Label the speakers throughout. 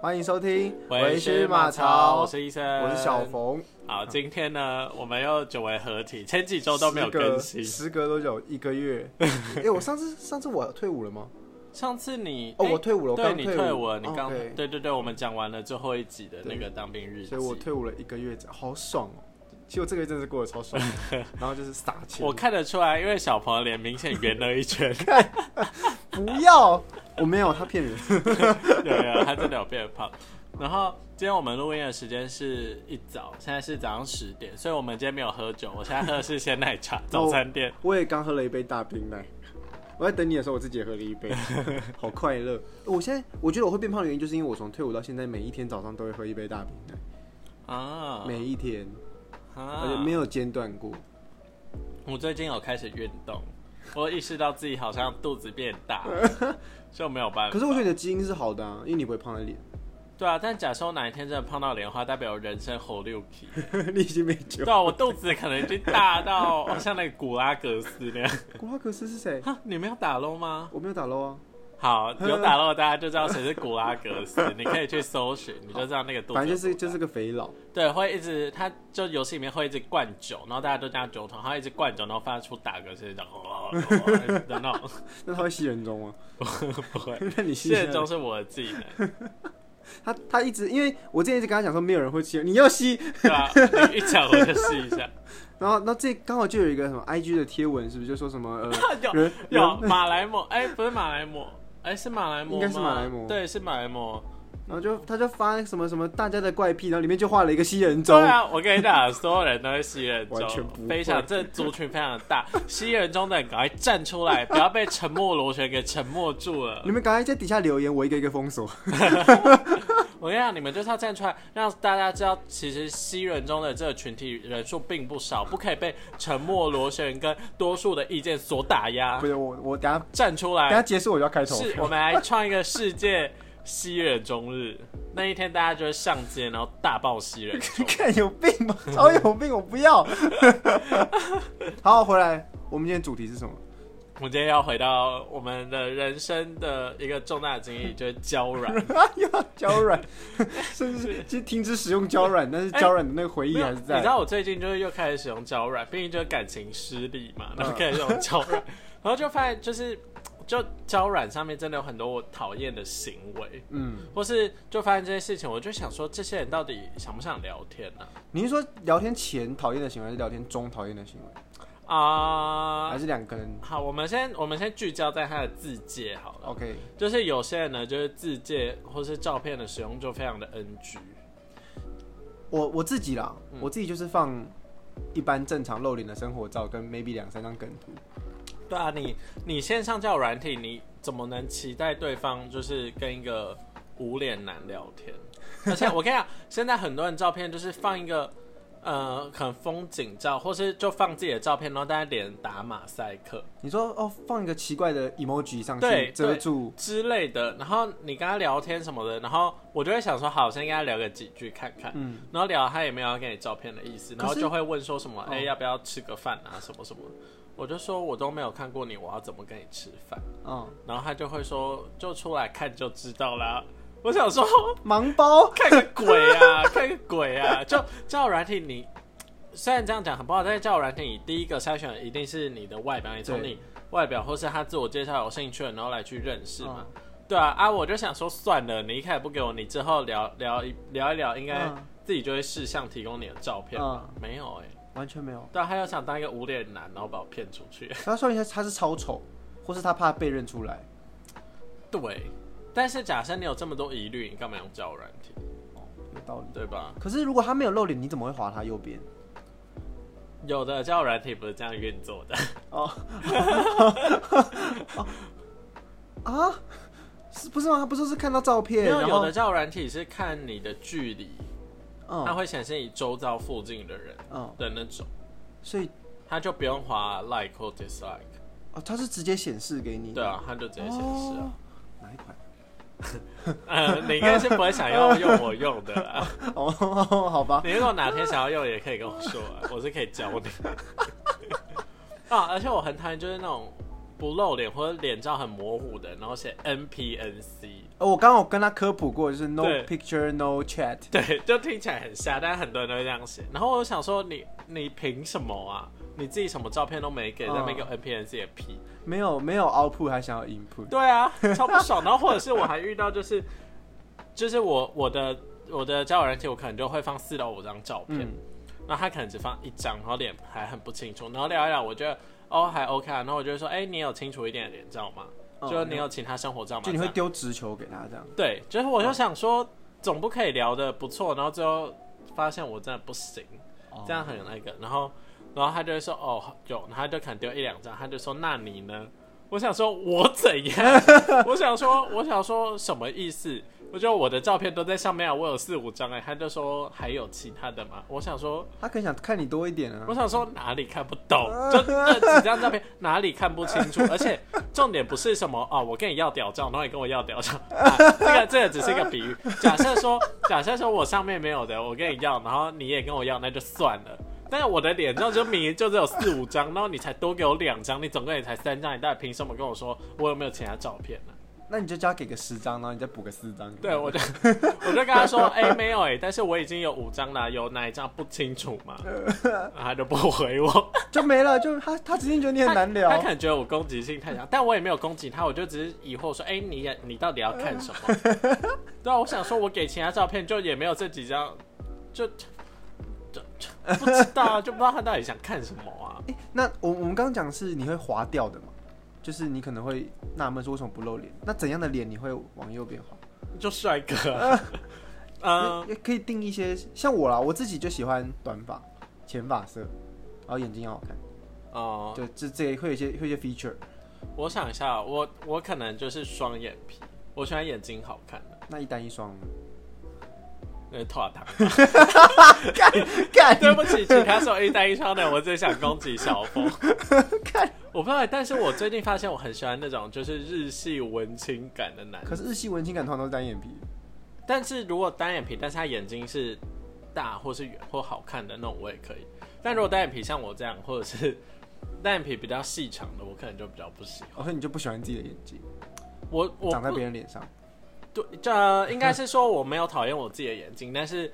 Speaker 1: 欢迎收听
Speaker 2: 呃喂，
Speaker 1: 师马
Speaker 2: 槽，
Speaker 1: 槽
Speaker 2: 我，是医生，
Speaker 1: 我是小。冯，
Speaker 2: 好，今天呢，我们又久违合体，前几周都没有
Speaker 1: 时隔
Speaker 2: 更新。
Speaker 1: 时隔多久？一个月。 哎、我上次上次我退伍了吗？
Speaker 2: 上次你
Speaker 1: 哦，
Speaker 2: 诶
Speaker 1: 我退伍了，我
Speaker 2: 对
Speaker 1: 刚
Speaker 2: 你
Speaker 1: 伍，
Speaker 2: 退伍了，你
Speaker 1: 哦
Speaker 2: 刚、
Speaker 1: 对
Speaker 2: 对对对，我们讲完了最后一集的那个当兵日记
Speaker 1: 所以。我退伍了一个月，好爽哦！其实我这个月真的是过得超 爽的，然后就是撒钱，
Speaker 2: 我看得出来，因为小朋友脸明显圆了一 圈，
Speaker 1: 不要，我没有，他骗人，
Speaker 2: 对啊，他真的有变胖。然后今天我们录音的时间是一早，现在是早上十点，所以我们今天没有喝酒，我现在喝的是鲜奶
Speaker 1: 哦
Speaker 2: 茶，早餐店。
Speaker 1: 我也刚喝了一杯大冰奶。我在等你的时候，我自己也喝了一 杯，好快乐。我现在我觉得我会变胖的原因，就是因为我从退伍到现在，每一天早上都会喝一杯大冰奶，
Speaker 2: 啊，
Speaker 1: 每一天，而且
Speaker 2: 啊，
Speaker 1: 没有间断过。
Speaker 2: 我最近有开始运动，我意识到自己好像肚子变大，就没有办法。
Speaker 1: 可是我觉得你的基因是好的啊，因为你 不会胖在脸，
Speaker 2: 对啊，但假设我哪一天真的胖到莲花，代表我人生活六期。
Speaker 1: 你已经没救。
Speaker 2: 对啊，我肚子可能已经大到、哦像那个古拉格斯那样。
Speaker 1: 古巴格斯是谁？
Speaker 2: 哈，你们要打撸吗？
Speaker 1: 我没有打漏啊。
Speaker 2: 好，有打撸大家就知道谁是古拉格斯，你可以去搜寻，你就知道那个肚子有多大。
Speaker 1: 反正就是就是个肥佬，
Speaker 2: 对，会一直，他就游戏里面会一直灌酒，然后大家都叫他酒桶，他一直灌酒，然后发出打嗝声，然后哦哦哦的那种。
Speaker 1: 那他会吸人 中吗？
Speaker 2: 不会，
Speaker 1: 那你吸
Speaker 2: 现
Speaker 1: 人
Speaker 2: 在
Speaker 1: 中
Speaker 2: 都，是我的技能。
Speaker 1: 他他一直因为我之前一直跟他讲说没有人会吸，你要吸。
Speaker 2: 对啊，你一讲我就试一下。
Speaker 1: 然后那这刚好就有一个什么 IG 的贴文，是不是就说什么 呃
Speaker 2: 有
Speaker 1: 人
Speaker 2: 有
Speaker 1: 人，
Speaker 2: 马来貘，哎、不是马来貘，哎、是马来貘吗，
Speaker 1: 应该是马来貘
Speaker 2: 对，是马来貘。
Speaker 1: 然后就他就发什么什么大家的怪癖，然后里面就画了一个吸人
Speaker 2: 对
Speaker 1: 中。
Speaker 2: 啊，我跟你讲，所有人都会吸人
Speaker 1: 完全不
Speaker 2: 中，
Speaker 1: 会
Speaker 2: 非常这族群非常大，吸人中的人赶快站出来，不要被沉默螺旋给沉默住了
Speaker 1: 你。们赶快在底下留言，我一个一个封锁。
Speaker 2: 啊我跟你讲，你们就是要站出来，让大家知道，其实吸人中的这个群体人数并不少，不可以被沉默螺旋跟多数的意见所打压
Speaker 1: 不。是我，我等下
Speaker 2: 站出来
Speaker 1: 等，下结束我就要开头。。
Speaker 2: 哎是我们来创一个世界吸人中日， 那一天大家就会上街，然后大爆吸人中
Speaker 1: 看有病吧，超有病，我不要。 好，回来，我们今天主题是什么？
Speaker 2: 我们今天要回到我们的人生的一个重大的经历，就是胶软。
Speaker 1: 又要胶哎软， 甚至是其实停止使用胶软，但是胶软的那个回忆还是
Speaker 2: 哎你
Speaker 1: 在
Speaker 2: 知。道我最近就是又开始使用胶软，毕竟就是感情失利
Speaker 1: 嗯
Speaker 2: 嘛，然后开始用胶软， 然后就发现就是就胶软上面真的有很多我讨厌的行为，
Speaker 1: 嗯，
Speaker 2: 或是就发现这些事情，我就想说这些人到底想不想聊天呢、
Speaker 1: 你是说聊天前讨厌的行为，还是聊天中讨厌的行为，
Speaker 2: 啊？
Speaker 1: 还是两个人
Speaker 2: 好，我们先我们先聚焦在他的字界好了。
Speaker 1: ？OK，
Speaker 2: 就是有些人呢，就是字界或是照片的使用就非常的 NG。
Speaker 1: 我我自己啦，
Speaker 2: 嗯
Speaker 1: 我自己就是放一般正常露脸的生活照，跟 maybe 两三张梗图。
Speaker 2: 对啊，你你线上交友软体，你怎么能期待对方就是跟一个无脸男聊天？而且我跟你讲，现在很多人照片就是放一个呃，可能风景照，或是就放自己的照片，然后大家脸打马赛克
Speaker 1: 你说哦，放一个奇怪的 emoji 上去
Speaker 2: 对
Speaker 1: 遮
Speaker 2: 对
Speaker 1: 住，
Speaker 2: 之类的。然后你跟他聊天什么的，然后我就会想说，好，我先跟他聊个几句看看。
Speaker 1: 嗯，
Speaker 2: 然后聊他也没有要给你照片的意思，
Speaker 1: 可是
Speaker 2: 然后就会问说什么，
Speaker 1: 哦
Speaker 2: 哎、要不要吃个饭啊，什么什么的。我就说我都没有看过你，我要怎么跟你吃饭？
Speaker 1: 嗯，
Speaker 2: 然后他就会说，就出来看就知道啦。我想说，
Speaker 1: 盲包，
Speaker 2: 看个鬼啊，看个鬼啊！ 就交友软体你，虽然这样讲很不好，但是交友软体你第一个筛选的一定是你的外表，你从
Speaker 1: 对
Speaker 2: 你外表或是他自我介绍有兴趣的，然后来去认识嘛。
Speaker 1: 嗯
Speaker 2: 对啊，啊，我就想说算了，你一开始不给我，你之后聊聊一聊一聊，应该
Speaker 1: 嗯
Speaker 2: 自己就会事项提供你的照片吧？没有哎、
Speaker 1: 完全没有。
Speaker 2: 对啊，他又想当一个无脸男，然后把我骗出去。
Speaker 1: 他说明他他是超丑，或是他怕被认出来。
Speaker 2: 对，但是假设你有这么多疑虑，你干嘛用交友软体？
Speaker 1: 哦，有道理。
Speaker 2: 对吧？
Speaker 1: 可是如果他没有露脸，你怎么会划他右边？
Speaker 2: 有的交友软体不是这样运作的。
Speaker 1: 啊？是不是吗？他不是说是看到照片，
Speaker 2: 因为
Speaker 1: 然
Speaker 2: 有
Speaker 1: 后
Speaker 2: 的交友软体是看你的距离，它
Speaker 1: 嗯
Speaker 2: 会显示你周遭附近的人
Speaker 1: 嗯，
Speaker 2: 的那种，
Speaker 1: 所以
Speaker 2: 它就不用划 like 或 dislike，
Speaker 1: 哦，他是直接显示给你，
Speaker 2: 对，啊，它就直接显示啊
Speaker 1: 哦。。哪一款？
Speaker 2: 呃，你应该是不会想要用我用 的啦。
Speaker 1: 哦， 好吧，
Speaker 2: 你如果哪天想要用，也可以跟我说啊，我是可以教你。 啊，而且我很讨厌就是那种不露脸或者脸照很模糊的，然后写 N P N C。
Speaker 1: 呃，我刚好跟他科普过，就是 no
Speaker 2: 对
Speaker 1: picture no chat。
Speaker 2: 对，就听起来很瞎，但很多人都会这样写。然后我想说你，你凭什么啊？你自己什么照片都没
Speaker 1: 嗯
Speaker 2: 给，在那边给 NPN 自己的 P，、
Speaker 1: 没有没有 output 还想要 input，
Speaker 2: 对啊，超不爽。然后或者是我还遇到就是，就是我我的我的交友软件，我可能就会放四到五张照片，
Speaker 1: 嗯，
Speaker 2: 然后他可能只放一张，然后脸还很不清楚，然后聊一聊，我觉得哦还 OK 啊，然后我就会说，哎、你有清楚一点的脸照吗？
Speaker 1: 哦
Speaker 2: 就你有其他生活照吗？
Speaker 1: 就你会
Speaker 2: 这样
Speaker 1: 丢直球给他这样，
Speaker 2: 对，就是我就想说，总不可以聊的不错，然后最后发现我真的不行，这样很那个，然后然后他就会说哦有，他就可能丢一两张，他就说那你呢？我想说我怎样？我想说我想说什么意思？我觉得我的照片都在上面啊，我有四五张哎、他就说还有其他的吗？我想说，
Speaker 1: 他可能想看你多一点啊
Speaker 2: 我。想说哪里看不懂，就那几张照片哪里看不清楚，而且重点不是什么哦，我跟你要屌照，然后你跟我要屌照，啊、这个这个只是一个比喻。假设说， 假设说我上面没有的，我跟你要，然后你也跟我要，那就算了。但是我的脸上就明明就只有四五张，然后你才多给我两张，你总共也才三张，你到底凭什么跟我说我有没有其他照片呢、
Speaker 1: 那你就叫他给个十张，然后你再补个四张。
Speaker 2: 对，我就我就跟他说，哎、没有哎、但是我已经有五张了，有哪一张不清楚吗？然后他就不回我。
Speaker 1: 就没了，就他他直接觉得你很难聊
Speaker 2: 他。他可能觉得我攻击性太强，但我也没有攻击他，我就只是疑惑说：“哎、你也你到底要看什么？” 对啊，我想说，我给其他照片就也没有这几张，就就就不知道啊，就不知道他到底想看什么啊。
Speaker 1: 诶那我我们刚刚讲的是你会划掉的嘛？就是你可能会纳闷说为什么不露脸？那怎样的脸你会往右边划？
Speaker 2: 就帅哥 啊，嗯、
Speaker 1: 也可以定一些像我啦，我自己就喜欢短发、浅发色，然后眼睛要好看，
Speaker 2: 哦、
Speaker 1: 对，这这会有一些会有一些 feature。
Speaker 2: 我想一下，我我可能就是双眼皮，我喜欢眼睛好看的，
Speaker 1: 那一单一 双，
Speaker 2: 那头发烫。
Speaker 1: 干干
Speaker 2: 对不起，请他手一单一双的，我只想攻击小峰。
Speaker 1: 看，
Speaker 2: 我不知道，但是我最近发现我很喜欢那种就是日系文青感的男人。
Speaker 1: 可是日系文青感通常都是单眼皮，
Speaker 2: 但是如果单眼皮，但是他眼睛是大或是圆或好看的那种，我也可以。但如果单眼皮像我这样，或者是单眼皮比较细长的，我可能就比较不喜欢。
Speaker 1: 哦，所以你就不喜欢自己的眼睛
Speaker 2: 我我
Speaker 1: 长在
Speaker 2: 不
Speaker 1: 别人脸上。
Speaker 2: 对，这、应该是说我没有讨厌我自己的眼睛，但是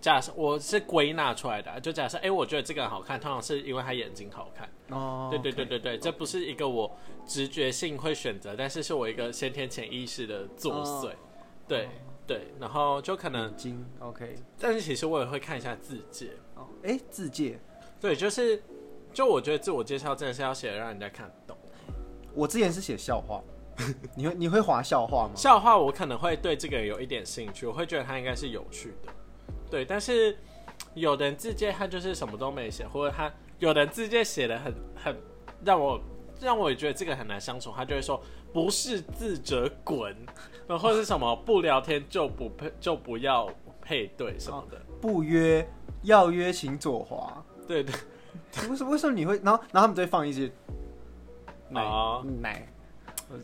Speaker 2: 假设我是归纳出来的啊，就假设哎、诶我觉得这个人好看，通常是因为他眼睛好看。
Speaker 1: 哦，
Speaker 2: 对对对对对，这不是一个我直觉性会选择，但是是我一个先天潜意识的作祟。
Speaker 1: 哦嗯
Speaker 2: 对对，然后就可能
Speaker 1: 眼，睛 OK。
Speaker 2: 但是其实我也会看一下字界。
Speaker 1: 哦，哎，自介，
Speaker 2: 对，就是就我觉得自我介绍真的是要写的让人家看懂。
Speaker 1: 我之前是写笑话，你会你会划笑话吗？
Speaker 2: 笑话我可能会对这个人有一点兴趣，我会觉得他应该是有趣的。对，但是有的人自介他就是什么都没写，或者他有的人自介写的很很让我让我也觉得这个很难相处，他就会说不是字者滚，然后或是什么不聊天就不配就不要配对什么的。
Speaker 1: 不约要约，请左滑。
Speaker 2: 对对，
Speaker 1: 为什么为什么你会？然后然后他们就会放一些奶、
Speaker 2: 哦
Speaker 1: 奶，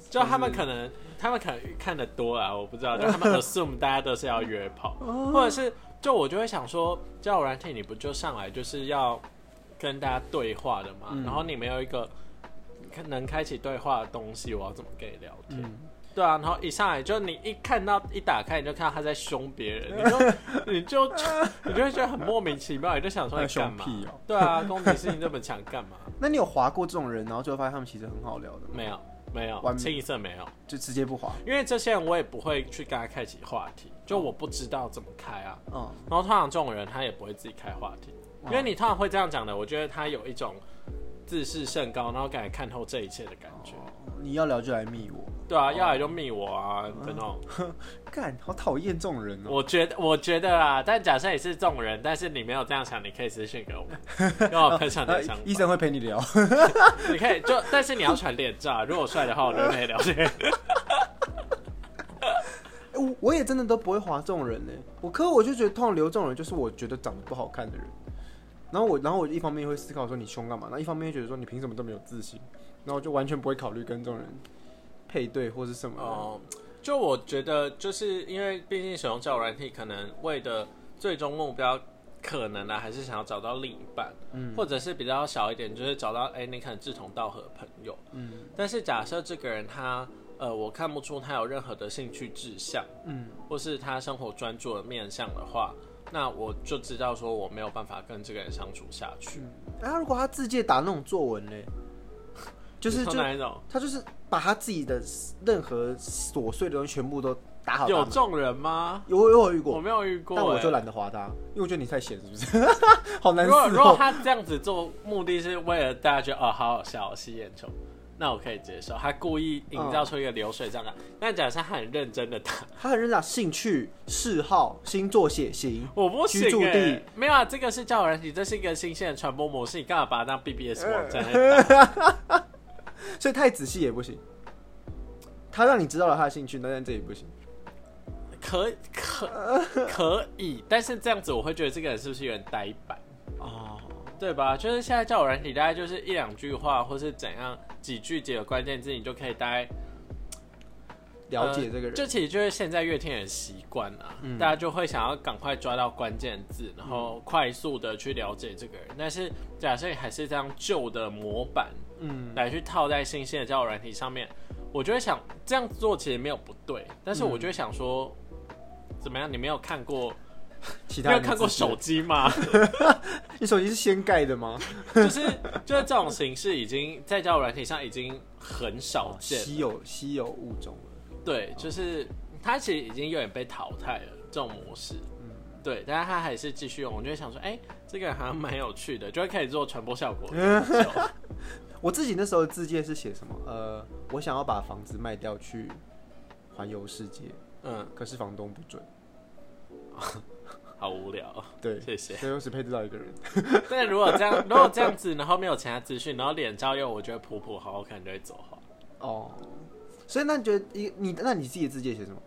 Speaker 2: 就他们可能他们可能看的多啊，我不知道，就他们 assume 大家都是要约炮，
Speaker 1: 哦
Speaker 2: 或者是就我就会想说，交友软体你不就上来就是要跟大家对话的嘛，
Speaker 1: 嗯
Speaker 2: 然后你没有一个可能开启对话的东西，我要怎么跟你聊天？
Speaker 1: 嗯
Speaker 2: 对啊，然后一上来就你一看到一打开你就看到他在凶别 人，你就你就你就会觉得很莫名其妙，你就想说
Speaker 1: 那
Speaker 2: 你
Speaker 1: 凶
Speaker 2: 干嘛？
Speaker 1: 屁哦
Speaker 2: 对啊，攻击性这么强干嘛？
Speaker 1: 那你有划过这种人，然后就会发现他们其实很好聊的吗，
Speaker 2: 没有没有，
Speaker 1: 完
Speaker 2: 清一色没有。
Speaker 1: 就直接不划。
Speaker 2: 因为这些人我也不会去跟他开启话题，就我不知道怎么开啊。
Speaker 1: 嗯，
Speaker 2: 然后通常这种人他也不会自己开话题，因为你通常会这样讲的，我觉得他有一种自视甚高，然后敢看透这一切的感觉。
Speaker 1: 哦你要聊就来密我，
Speaker 2: 对啊，要来就密我啊的那种。
Speaker 1: 干，好讨厌这种人哦。
Speaker 2: 我觉得，我觉得啊，但假设你是这种人，但是你没有这样想，你可以私信给我，跟我分享你的想
Speaker 1: 医
Speaker 2: 法。
Speaker 1: 生会陪你聊，
Speaker 2: 你可以就，但是你要传脸照啊，如果我帅的话，我就可以聊天。
Speaker 1: 我我也真的都不会划这种人呢。我可我就觉得，通常留这种人就是我觉得长得不好看的人。然后我，然后我一方面会思考说你凶干嘛，那一方面又觉得说你凭什么这么有自信，然后我就完全不会考虑跟这种人配对或是什么。
Speaker 2: 哦，就我觉得，就是因为毕竟使用交友软体，可能为的最终目标，可能啊呢、还是想要找到另一半，
Speaker 1: 嗯
Speaker 2: 或者是比较小一点，就是找到哎、你可能志同道合的朋友。
Speaker 1: 嗯，
Speaker 2: 但是假设这个人他呃，我看不出他有任何的兴趣志向，
Speaker 1: 嗯，
Speaker 2: 或是他生活专注的面向的话，那我就知道说我没有办法跟这个人相处下去。
Speaker 1: 哎、他如果他自介打那种作文嘞， 就是
Speaker 2: 你说
Speaker 1: 就
Speaker 2: 哪一种？
Speaker 1: 他就是把他自己的任何琐碎的东西全部都打好
Speaker 2: 有
Speaker 1: 打
Speaker 2: 这
Speaker 1: 满。
Speaker 2: 种人吗？
Speaker 1: 有有我遇过
Speaker 2: 我，没有遇过、
Speaker 1: 但我
Speaker 2: 欸
Speaker 1: 就懒得划他，因为我觉得你太闲，是不是？ 好难哦
Speaker 2: 如
Speaker 1: 伺
Speaker 2: 果
Speaker 1: 候。
Speaker 2: 如果他这样子做，目的是为了大家觉得哦好好笑，吸眼球，那我可以接受。他故意营
Speaker 1: 嗯
Speaker 2: 造出一个流水账啊。但假设他很认真的打，
Speaker 1: 他很认真啊，兴趣、嗜好、星座、血型，
Speaker 2: 我不行、欸、
Speaker 1: 居住地
Speaker 2: 没有啊，这个是交友软体，这是一个新鲜的传播模式，你干嘛把它当 BBS 网站
Speaker 1: 呃
Speaker 2: 来打？
Speaker 1: 所以太仔细也不行。他让你知道了他的兴趣，但是这也不行。
Speaker 2: 可可可以，但是这样子我会觉得这个人是不是有点呆板？
Speaker 1: 哦，
Speaker 2: 对吧？就是现在交友软体，大概就是一两句话，或是怎样几句几个关键字，你就可以大概
Speaker 1: 了解这个
Speaker 2: 呃
Speaker 1: 人，
Speaker 2: 这其实就是现在乐天人的习惯啊，
Speaker 1: 嗯
Speaker 2: 大家就会想要赶快抓到关键字，然后快速的去了解这个人。但是假设你还是这样旧的模板
Speaker 1: 嗯，
Speaker 2: 来去套在新鲜的交友软体上面，我就会想这样做其实没有不对，但是我就会想说，怎么样？你没有看过
Speaker 1: 其他
Speaker 2: 没
Speaker 1: 人
Speaker 2: 有看过
Speaker 1: 自己的
Speaker 2: 手，机吗？
Speaker 1: 你手机是掀盖的吗？
Speaker 2: 就是就是这种形式已经在交友软体上已经很少见了
Speaker 1: 稀有稀有物种了。
Speaker 2: 对，就是它其实已经有点被淘汰了这种模式。
Speaker 1: 嗯
Speaker 2: 对，但是它还是继续用，我就会想说，哎、这个好像蛮有趣的，就会开始做传播 效果。
Speaker 1: 嗯我自己那时候的自介是写什么？呃，我想要把房子卖掉去环游世界，
Speaker 2: 嗯，
Speaker 1: 可是房东不准。
Speaker 2: 好无聊，
Speaker 1: 对，
Speaker 2: 谢谢。
Speaker 1: 所以我只配得到一个人。
Speaker 2: 但如果这样，如果这样子，然后没有其他资讯，然后脸照又我觉得普普好好看，就会走好。
Speaker 1: 哦，所以那你觉得你你那你自己的自介写什么？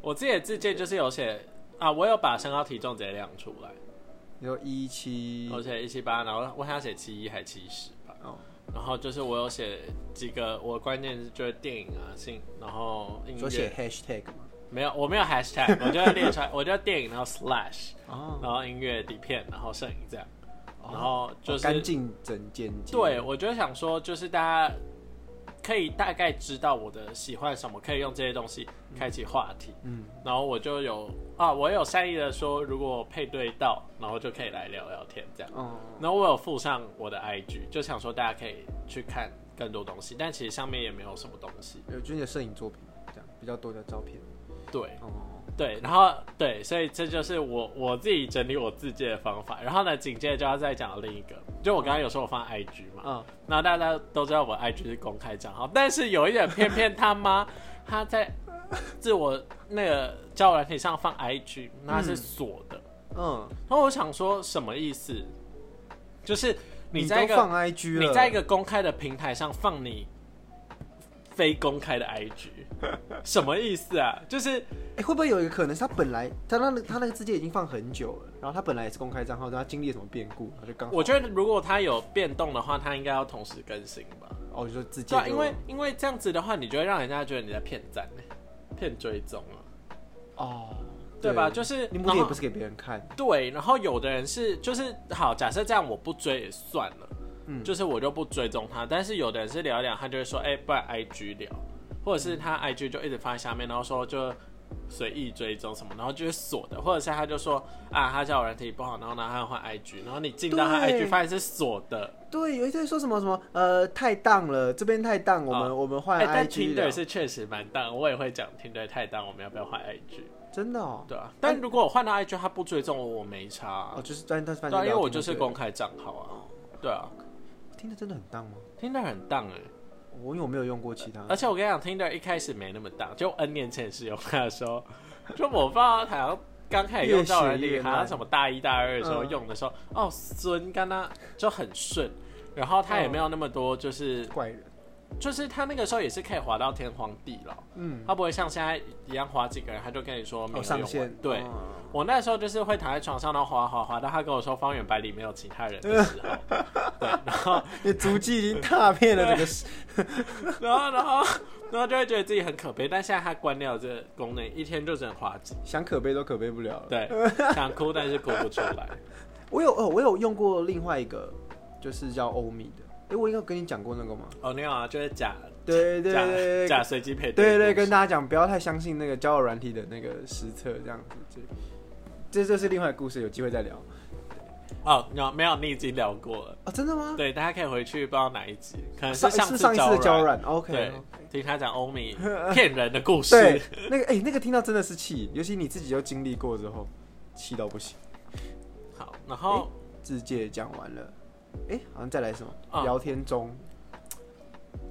Speaker 2: 我自己的自荐就是有写啊，我有把身高体重直接亮出来，
Speaker 1: 你说一七
Speaker 2: 我写一七八，然后我想写七一还七十吧。
Speaker 1: 哦，
Speaker 2: 然后就是我有写几个我的关键字，就是电影啊、性，然后音
Speaker 1: 说
Speaker 2: 乐
Speaker 1: 写 hashtag 吗？
Speaker 2: 没有，我没有 hashtag，我就会列出来，我就电影，然后 slash，
Speaker 1: 哦，
Speaker 2: 然后音乐底片，然后摄影这样，
Speaker 1: 哦
Speaker 2: 然后就是、
Speaker 1: 干净整间接
Speaker 2: 对，我就想说，就是大家可以大概知道我的喜欢什么，可以用这些东西开启话题，
Speaker 1: 嗯，
Speaker 2: 然后我就有啊，我有善意的说，如果配对到，然后就可以来聊聊天这样，
Speaker 1: 哦，
Speaker 2: 然后我有附上我的 IG，就想说大家可以去看更多东西，但其实上面也没有什么东西，
Speaker 1: 有就是你的摄影作品这样比较多的照片
Speaker 2: 对。
Speaker 1: 哦，
Speaker 2: 对，然后对，所以这就是我我自己整理我自己的方法。然后呢，紧接着就要再讲另一个，就我刚刚有说我放 IG 嘛，
Speaker 1: 嗯，
Speaker 2: 然后大家都知道我 IG 是公开账号，但是有一点偏偏他妈 他在自我那个交友软体上放 IG，那是锁的。
Speaker 1: 嗯，
Speaker 2: 然后我想说什么意思？就是你在一
Speaker 1: 都
Speaker 2: 个
Speaker 1: 放 IG 了，
Speaker 2: 你在一个公开的平台上放你非公开的 IG，什么意思啊？就是。
Speaker 1: 哎，会不会有一个可能是他本来他那个他那个字界已经放很久了，然后他本来也是公开账号，但他经历了什么变故，然后就刚好
Speaker 2: 我觉得如果它有变动的话，它应该要同时更新吧？
Speaker 1: 哦，你说自介就，
Speaker 2: 对、啊，因为因为这样子的话，你就会让人家觉得你在骗赞、欸、骗追踪啊，
Speaker 1: 哦，
Speaker 2: 对吧？就是
Speaker 1: 你目的也不
Speaker 2: 是
Speaker 1: 是给别人看，
Speaker 2: 对，然后有的人是就是好，假设这样我不追也算了，
Speaker 1: 嗯
Speaker 2: 就是我就不追踪他，但是有的人是聊一聊，他就会说，哎、不然 IG 聊，或者
Speaker 1: 嗯
Speaker 2: 是他 IG 就一直放在下面，然后说就。随意追踪什么，然后就是锁的，或者是他就说啊，他叫我人体不好，然后呢他要换 IG，然后你进到他
Speaker 1: 对
Speaker 2: IG 发现是锁的，
Speaker 1: 对，有一堆说什么什么呃太荡了，这边太荡，我们我们换
Speaker 2: 哎，但
Speaker 1: IG 聊
Speaker 2: Tinder 是确实蛮淡，我也会讲 Tinder 太淡，我们要不要换 IG？
Speaker 1: 真的哦，
Speaker 2: 对啊，但如果我换到 IG，他不追踪我，我没差啊、
Speaker 1: 哦就是哦但但是反
Speaker 2: 对
Speaker 1: 正
Speaker 2: 啊，因为我
Speaker 1: 聊天
Speaker 2: 就是
Speaker 1: 对了
Speaker 2: 公开账号啊。对啊
Speaker 1: 听的真的很荡吗？
Speaker 2: ，Tinder 很淡哎、
Speaker 1: 我有没有用过其他？
Speaker 2: 而且我跟你讲，Tinder 一开始没那么淡，就 N 年前是有它的时候， 就我爸好像刚开始用到人
Speaker 1: 越学
Speaker 2: 力，
Speaker 1: 越
Speaker 2: 好像什么大一大二的时候
Speaker 1: 嗯
Speaker 2: 用的时候，哦，孙刚刚就很顺，然后他也没有那么多，就是
Speaker 1: 怪人，
Speaker 2: 就是他那个时候也是可以滑到天荒地老。
Speaker 1: 嗯，
Speaker 2: 他不会像现在一样划几个人，他就跟你说没
Speaker 1: 哦
Speaker 2: 有
Speaker 1: 上
Speaker 2: 用完
Speaker 1: 线，
Speaker 2: 对
Speaker 1: 哦
Speaker 2: 我那时候就是会躺在床上，然后滑滑滑到他跟我说方圆百里没有其他人的时候， 对，然后
Speaker 1: 你足迹已经踏遍了整个世，
Speaker 2: 然后然后然后就会觉得自己很可悲。但现在他关掉这个功能，一天就只能滑几，
Speaker 1: 想可悲都可悲不了了。
Speaker 2: 对，想哭但是哭不出来。
Speaker 1: 我有哦，我有用过另外一个，就是叫欧米的。哎，我应该有跟你讲过那个吗？
Speaker 2: 哦，没有啊，就是假
Speaker 1: 对对
Speaker 2: 假
Speaker 1: 对
Speaker 2: 假随机配
Speaker 1: 对对，
Speaker 2: 对，
Speaker 1: 跟大家讲，不要太相信那个交友软体的那个实测，这样子，这这就是另外的故事，有机会再聊
Speaker 2: 哦，no, 没有，你已经聊过了。
Speaker 1: 啊，真的吗？
Speaker 2: 对，大家可以回去不知道哪一集，可能
Speaker 1: 上
Speaker 2: 上
Speaker 1: 是
Speaker 2: 次
Speaker 1: 上一次的
Speaker 2: 交
Speaker 1: 交
Speaker 2: 友
Speaker 1: 友
Speaker 2: 软
Speaker 1: 软，OK，
Speaker 2: 对听他讲欧米骗人的故
Speaker 1: 对
Speaker 2: 事。，
Speaker 1: 那个哎、那个听到真的是气，尤其你自己又经历过之后，气到不行。
Speaker 2: 好，然后
Speaker 1: 自介讲完了，哎、好像再来什么、
Speaker 2: 啊
Speaker 1: 聊天中，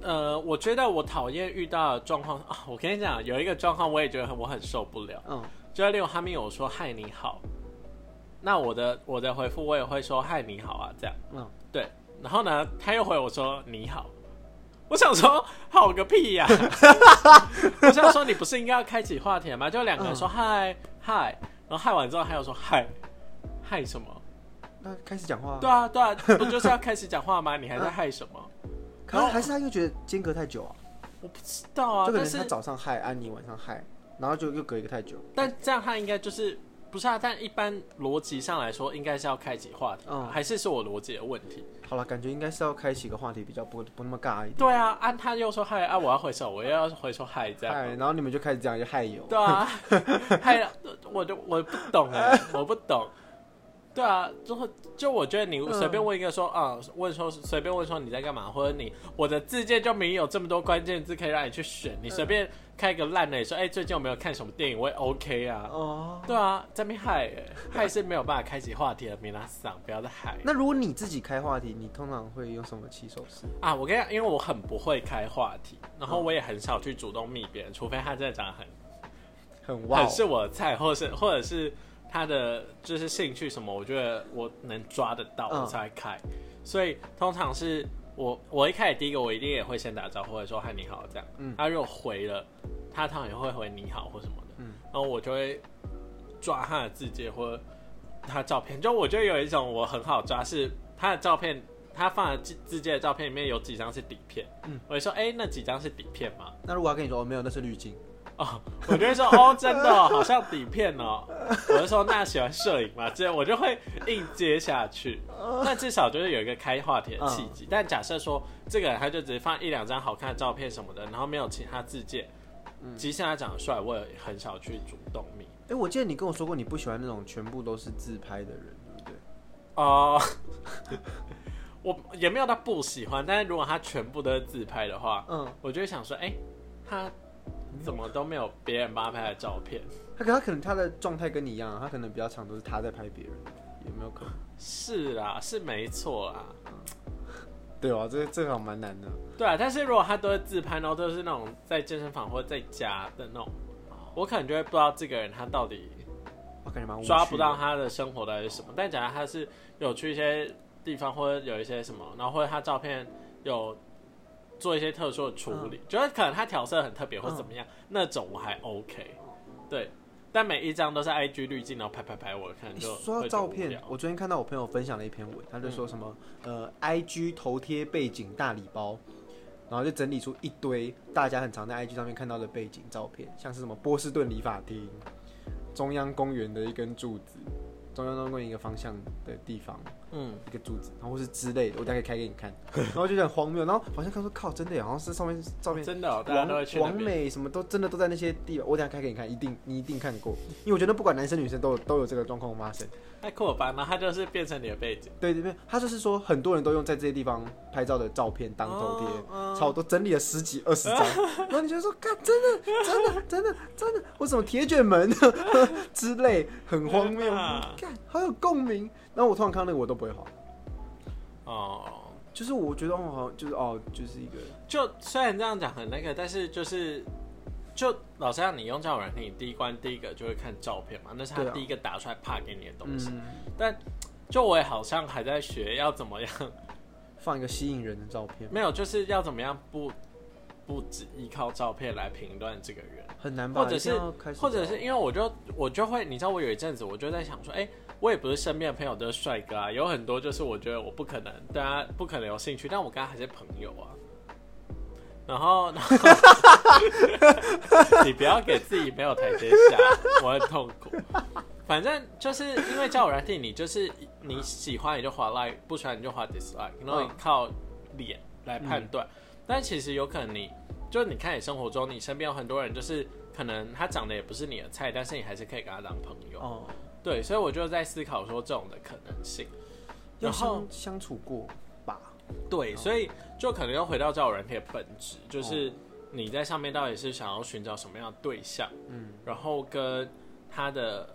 Speaker 2: 呃，我觉得我讨厌遇到的状况啊，我跟你讲，有一个状况我也觉得很我很受不了，
Speaker 1: 嗯，
Speaker 2: 就是例如他们有说“嗨你好”，那我的我的回复我也会说“嗨你好啊”这样，
Speaker 1: 嗯，
Speaker 2: 对，然后呢他又回我说“你好”，我想说好个 屁呀、我想说你不是应该要开启话题吗？就两个人
Speaker 1: 嗯
Speaker 2: 说“嗨嗨”，然后嗨完之后他又说“ 嗨嗨什么
Speaker 1: 那开始讲话”，，
Speaker 2: 对啊对啊，不就是要开始讲话吗？你还在嗨什么？
Speaker 1: 可能还是他又觉得间隔太久啊，
Speaker 2: 我不知道啊，
Speaker 1: 就可能
Speaker 2: 但是
Speaker 1: 他早上嗨，安妮晚上嗨，然后就又隔一个太久，
Speaker 2: 但这样他应该就是不是啊？但一般逻辑上来说，应该是要开启话题吧，
Speaker 1: 嗯
Speaker 2: 还是是我逻辑的问题？
Speaker 1: 好了，感觉应该是要开启一个话题，比较不不那么尬一点。
Speaker 2: 对啊，啊，他又说嗨啊，我要回手，我又要回说嗨，这样。
Speaker 1: 嗨，然后你们就开始讲一些嗨友，
Speaker 2: 对啊，嗨，我就我不懂哎、我不懂。对啊，就会就我觉得你
Speaker 1: 嗯
Speaker 2: 随便问一个说啊、问说随便问说你在干嘛，或者你我的字界就没有这么多关键字可以让你去选，你随便开一个烂的，你说哎、最近有没有看什么电影，我也 OK 啊。
Speaker 1: 哦，
Speaker 2: 对啊，这边嗨欸，嗨是没有办法开启话题的，米拉桑，不要再嗨
Speaker 1: 那如果你自己开话题，你通常会用什么起手式？
Speaker 2: 啊！我跟你讲，因为我很不会开话题，然后我也很少去主动密别人，除非他真的长得很
Speaker 1: 很哇、
Speaker 2: 很
Speaker 1: 哦，
Speaker 2: 是我的菜，或者是或者是他的就是兴趣什么，我觉得我能抓得到，
Speaker 1: 嗯
Speaker 2: 我才会开。所以通常是我我一开始第一个我一定也会先打招呼，或者说嗨你好这样。
Speaker 1: 嗯
Speaker 2: 他如果回了，他通常也会回你好或什么的。
Speaker 1: 嗯
Speaker 2: 然后我就会抓他的字节或他照片，就我觉得有一种我很好抓是他的照片。他放的字字界的照片里面有几张是底片，
Speaker 1: 嗯
Speaker 2: 我就说，哎、那几张是底片吗？
Speaker 1: 那如果他跟你说哦没有，那是滤镜，
Speaker 2: 哦，我就会说哦，真的哦、好像底片哦。我就说那喜欢摄影嘛，这样我就会硬接下去。那至少就是有一个开话题的契机。但假设说这个人他就只放一两张好看的照片什么的，然后没有其他自荐，即使他长得帅，我也很少去主动密。
Speaker 1: 哎、我记得你跟我说过你不喜欢那种全部都是自拍的人，对不对？
Speaker 2: 哦、 我也没有到不喜欢，但是如果他全部都是自拍的话，
Speaker 1: 嗯，
Speaker 2: 我就会想说，哎、他怎么都没有别人帮他拍的照片？
Speaker 1: 他可他可能他的状态跟你一样啊、他可能比较常都是他在拍别人，有没有可能？
Speaker 2: 是啦，是没错啦。
Speaker 1: 对哦，这这个好像蛮难的。
Speaker 2: 对啊，但是如果他都是自拍，然后都是那种在健身房或者在家的那种，我可能就会不知道这个人他到底
Speaker 1: 我感觉蛮无趣的
Speaker 2: 抓不到他的生活到底是什么。但假如他是有去一些地方，或者有一些什么，然后或者他照片有做一些特殊的处理，
Speaker 1: 嗯
Speaker 2: 就是可能他调色很特别或怎么样，那种我还 OK。对，但每一张都是 IG 滤镜，然后拍拍拍，我可能
Speaker 1: 你
Speaker 2: 就
Speaker 1: 说到
Speaker 2: 会
Speaker 1: 照
Speaker 2: 觉得无
Speaker 1: 片
Speaker 2: 聊，
Speaker 1: 我昨天看到我朋友分享了一篇文，他就说什么、
Speaker 2: 嗯
Speaker 1: 呃，IG 头贴背景大礼包，然后就整理出一堆大家很常在 IG 上面看到的背景照片，像是什么波士顿理发厅、中央公园的一根柱子、中央公园一个方向的地方
Speaker 2: 嗯，
Speaker 1: 一个柱子，然后是之类的，我大概开给你看， 然后就觉得很荒谬，然后好像看说靠，真的耶，好像是上面照片。
Speaker 2: 真的、哦，大家都会
Speaker 1: 王
Speaker 2: 去那
Speaker 1: 王
Speaker 2: 边。
Speaker 1: 美什么都真的都在那些地方，我等一下开给你看，一定你一定看过，因为我觉得不管男生女生都有都有这个状况发生。
Speaker 2: 太酷了吧？然后他就是变成你的背景，
Speaker 1: 对对对，他就是说很多人都用在这些地方拍照的照片当头贴，
Speaker 2: 哦
Speaker 1: 差不多整理了十几二十 张，然后你就说，看，真的真的真的真的，我怎么铁卷门 之类，很荒谬
Speaker 2: 天哪，
Speaker 1: 看好有共鸣。然后我通常看到那个我都不会好，
Speaker 2: 哦。
Speaker 1: 就是我觉得哦，好像就是哦，就是一个
Speaker 2: 就虽然这样讲很那个，但是就是就老实讲，你用交友软件，你第一关第一个就会看照片嘛，那是他
Speaker 1: 对啊
Speaker 2: 第一个打出来怕给你的东西。
Speaker 1: 嗯，
Speaker 2: 但就我也好像还在学要怎么样，
Speaker 1: 放一个吸引人的照片，
Speaker 2: 没有，就是要怎么样不不只依靠照片来评断这个人。
Speaker 1: 很难吧？
Speaker 2: 或者
Speaker 1: 一
Speaker 2: 是
Speaker 1: 定要开，始
Speaker 2: 或者是因为我就我就会，你知道，我有一阵子我就在想说，哎、我也不是身边的朋友都是帅哥啊，有很多就是我觉得我不可能，大家不可能有兴趣，但我跟他还是朋友啊。然后， 然后你不要给自己没有台阶下，我很痛苦。反正就是因为交友软体，你就是
Speaker 1: 嗯
Speaker 2: 你喜欢你就划 like，不喜欢你就划 dislike，然后你靠脸来判断。但其实有可能你，就是你看你生活中，你身边有很多人，就是可能他长得也不是你的菜，但是你还是可以跟他当朋友。
Speaker 1: 哦，
Speaker 2: 对，所以我就在思考说这种的可能性。
Speaker 1: 要
Speaker 2: 然后
Speaker 1: 相相处过吧？
Speaker 2: 对，所以就可能又回到交友软体的本质，就是你在上面到底是想要寻找什么样的对象，
Speaker 1: 嗯，
Speaker 2: 然后跟它的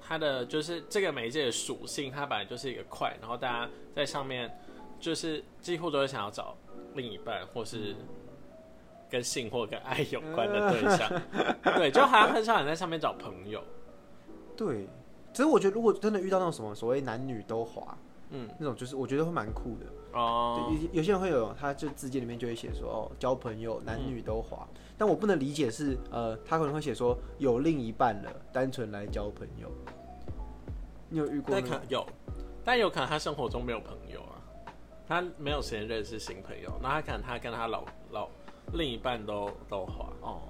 Speaker 2: 它的就是这个媒介的属性，它本来就是一个块，然后大家在上面就是几乎都是想要找另一半或是跟性或跟爱有关的对象，对，就好像很少人在上面找朋友，
Speaker 1: 对。其实我觉得，如果真的遇到那种什么所谓男女都滑
Speaker 2: 嗯，
Speaker 1: 那种，就是我觉得会蛮酷的。
Speaker 2: 哦，
Speaker 1: 对，有有些人会有，他就字界里面就会写说哦，交朋友男女都滑。
Speaker 2: 嗯
Speaker 1: 但我不能理解是呃，他可能会写说有另一半了，单纯来交朋友。你有遇过
Speaker 2: 但
Speaker 1: 那
Speaker 2: 可
Speaker 1: 种？
Speaker 2: 有，但有可能她生活中没有朋友啊，她没有时间认识新朋友，那她可能她跟她老老另一半都都滑。
Speaker 1: 哦，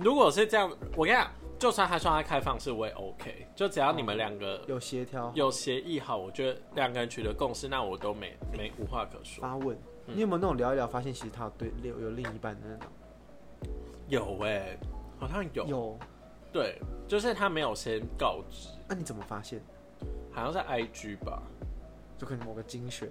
Speaker 2: 如果是这样，我跟你讲，就算她说她开放式，我也 OK，就只要你们两个
Speaker 1: 有协调
Speaker 2: 有协议好，我觉得两个人取得共识，那我都没没无话可说。
Speaker 1: 发问，你有没有那种聊一聊，发现其实他有对有有另一半的那种？
Speaker 2: 有哎、好像有，
Speaker 1: 有，
Speaker 2: 对，就是她没有先告知，
Speaker 1: 那、你怎么发现？
Speaker 2: 好像是 IG 吧。
Speaker 1: 就可能某个精选，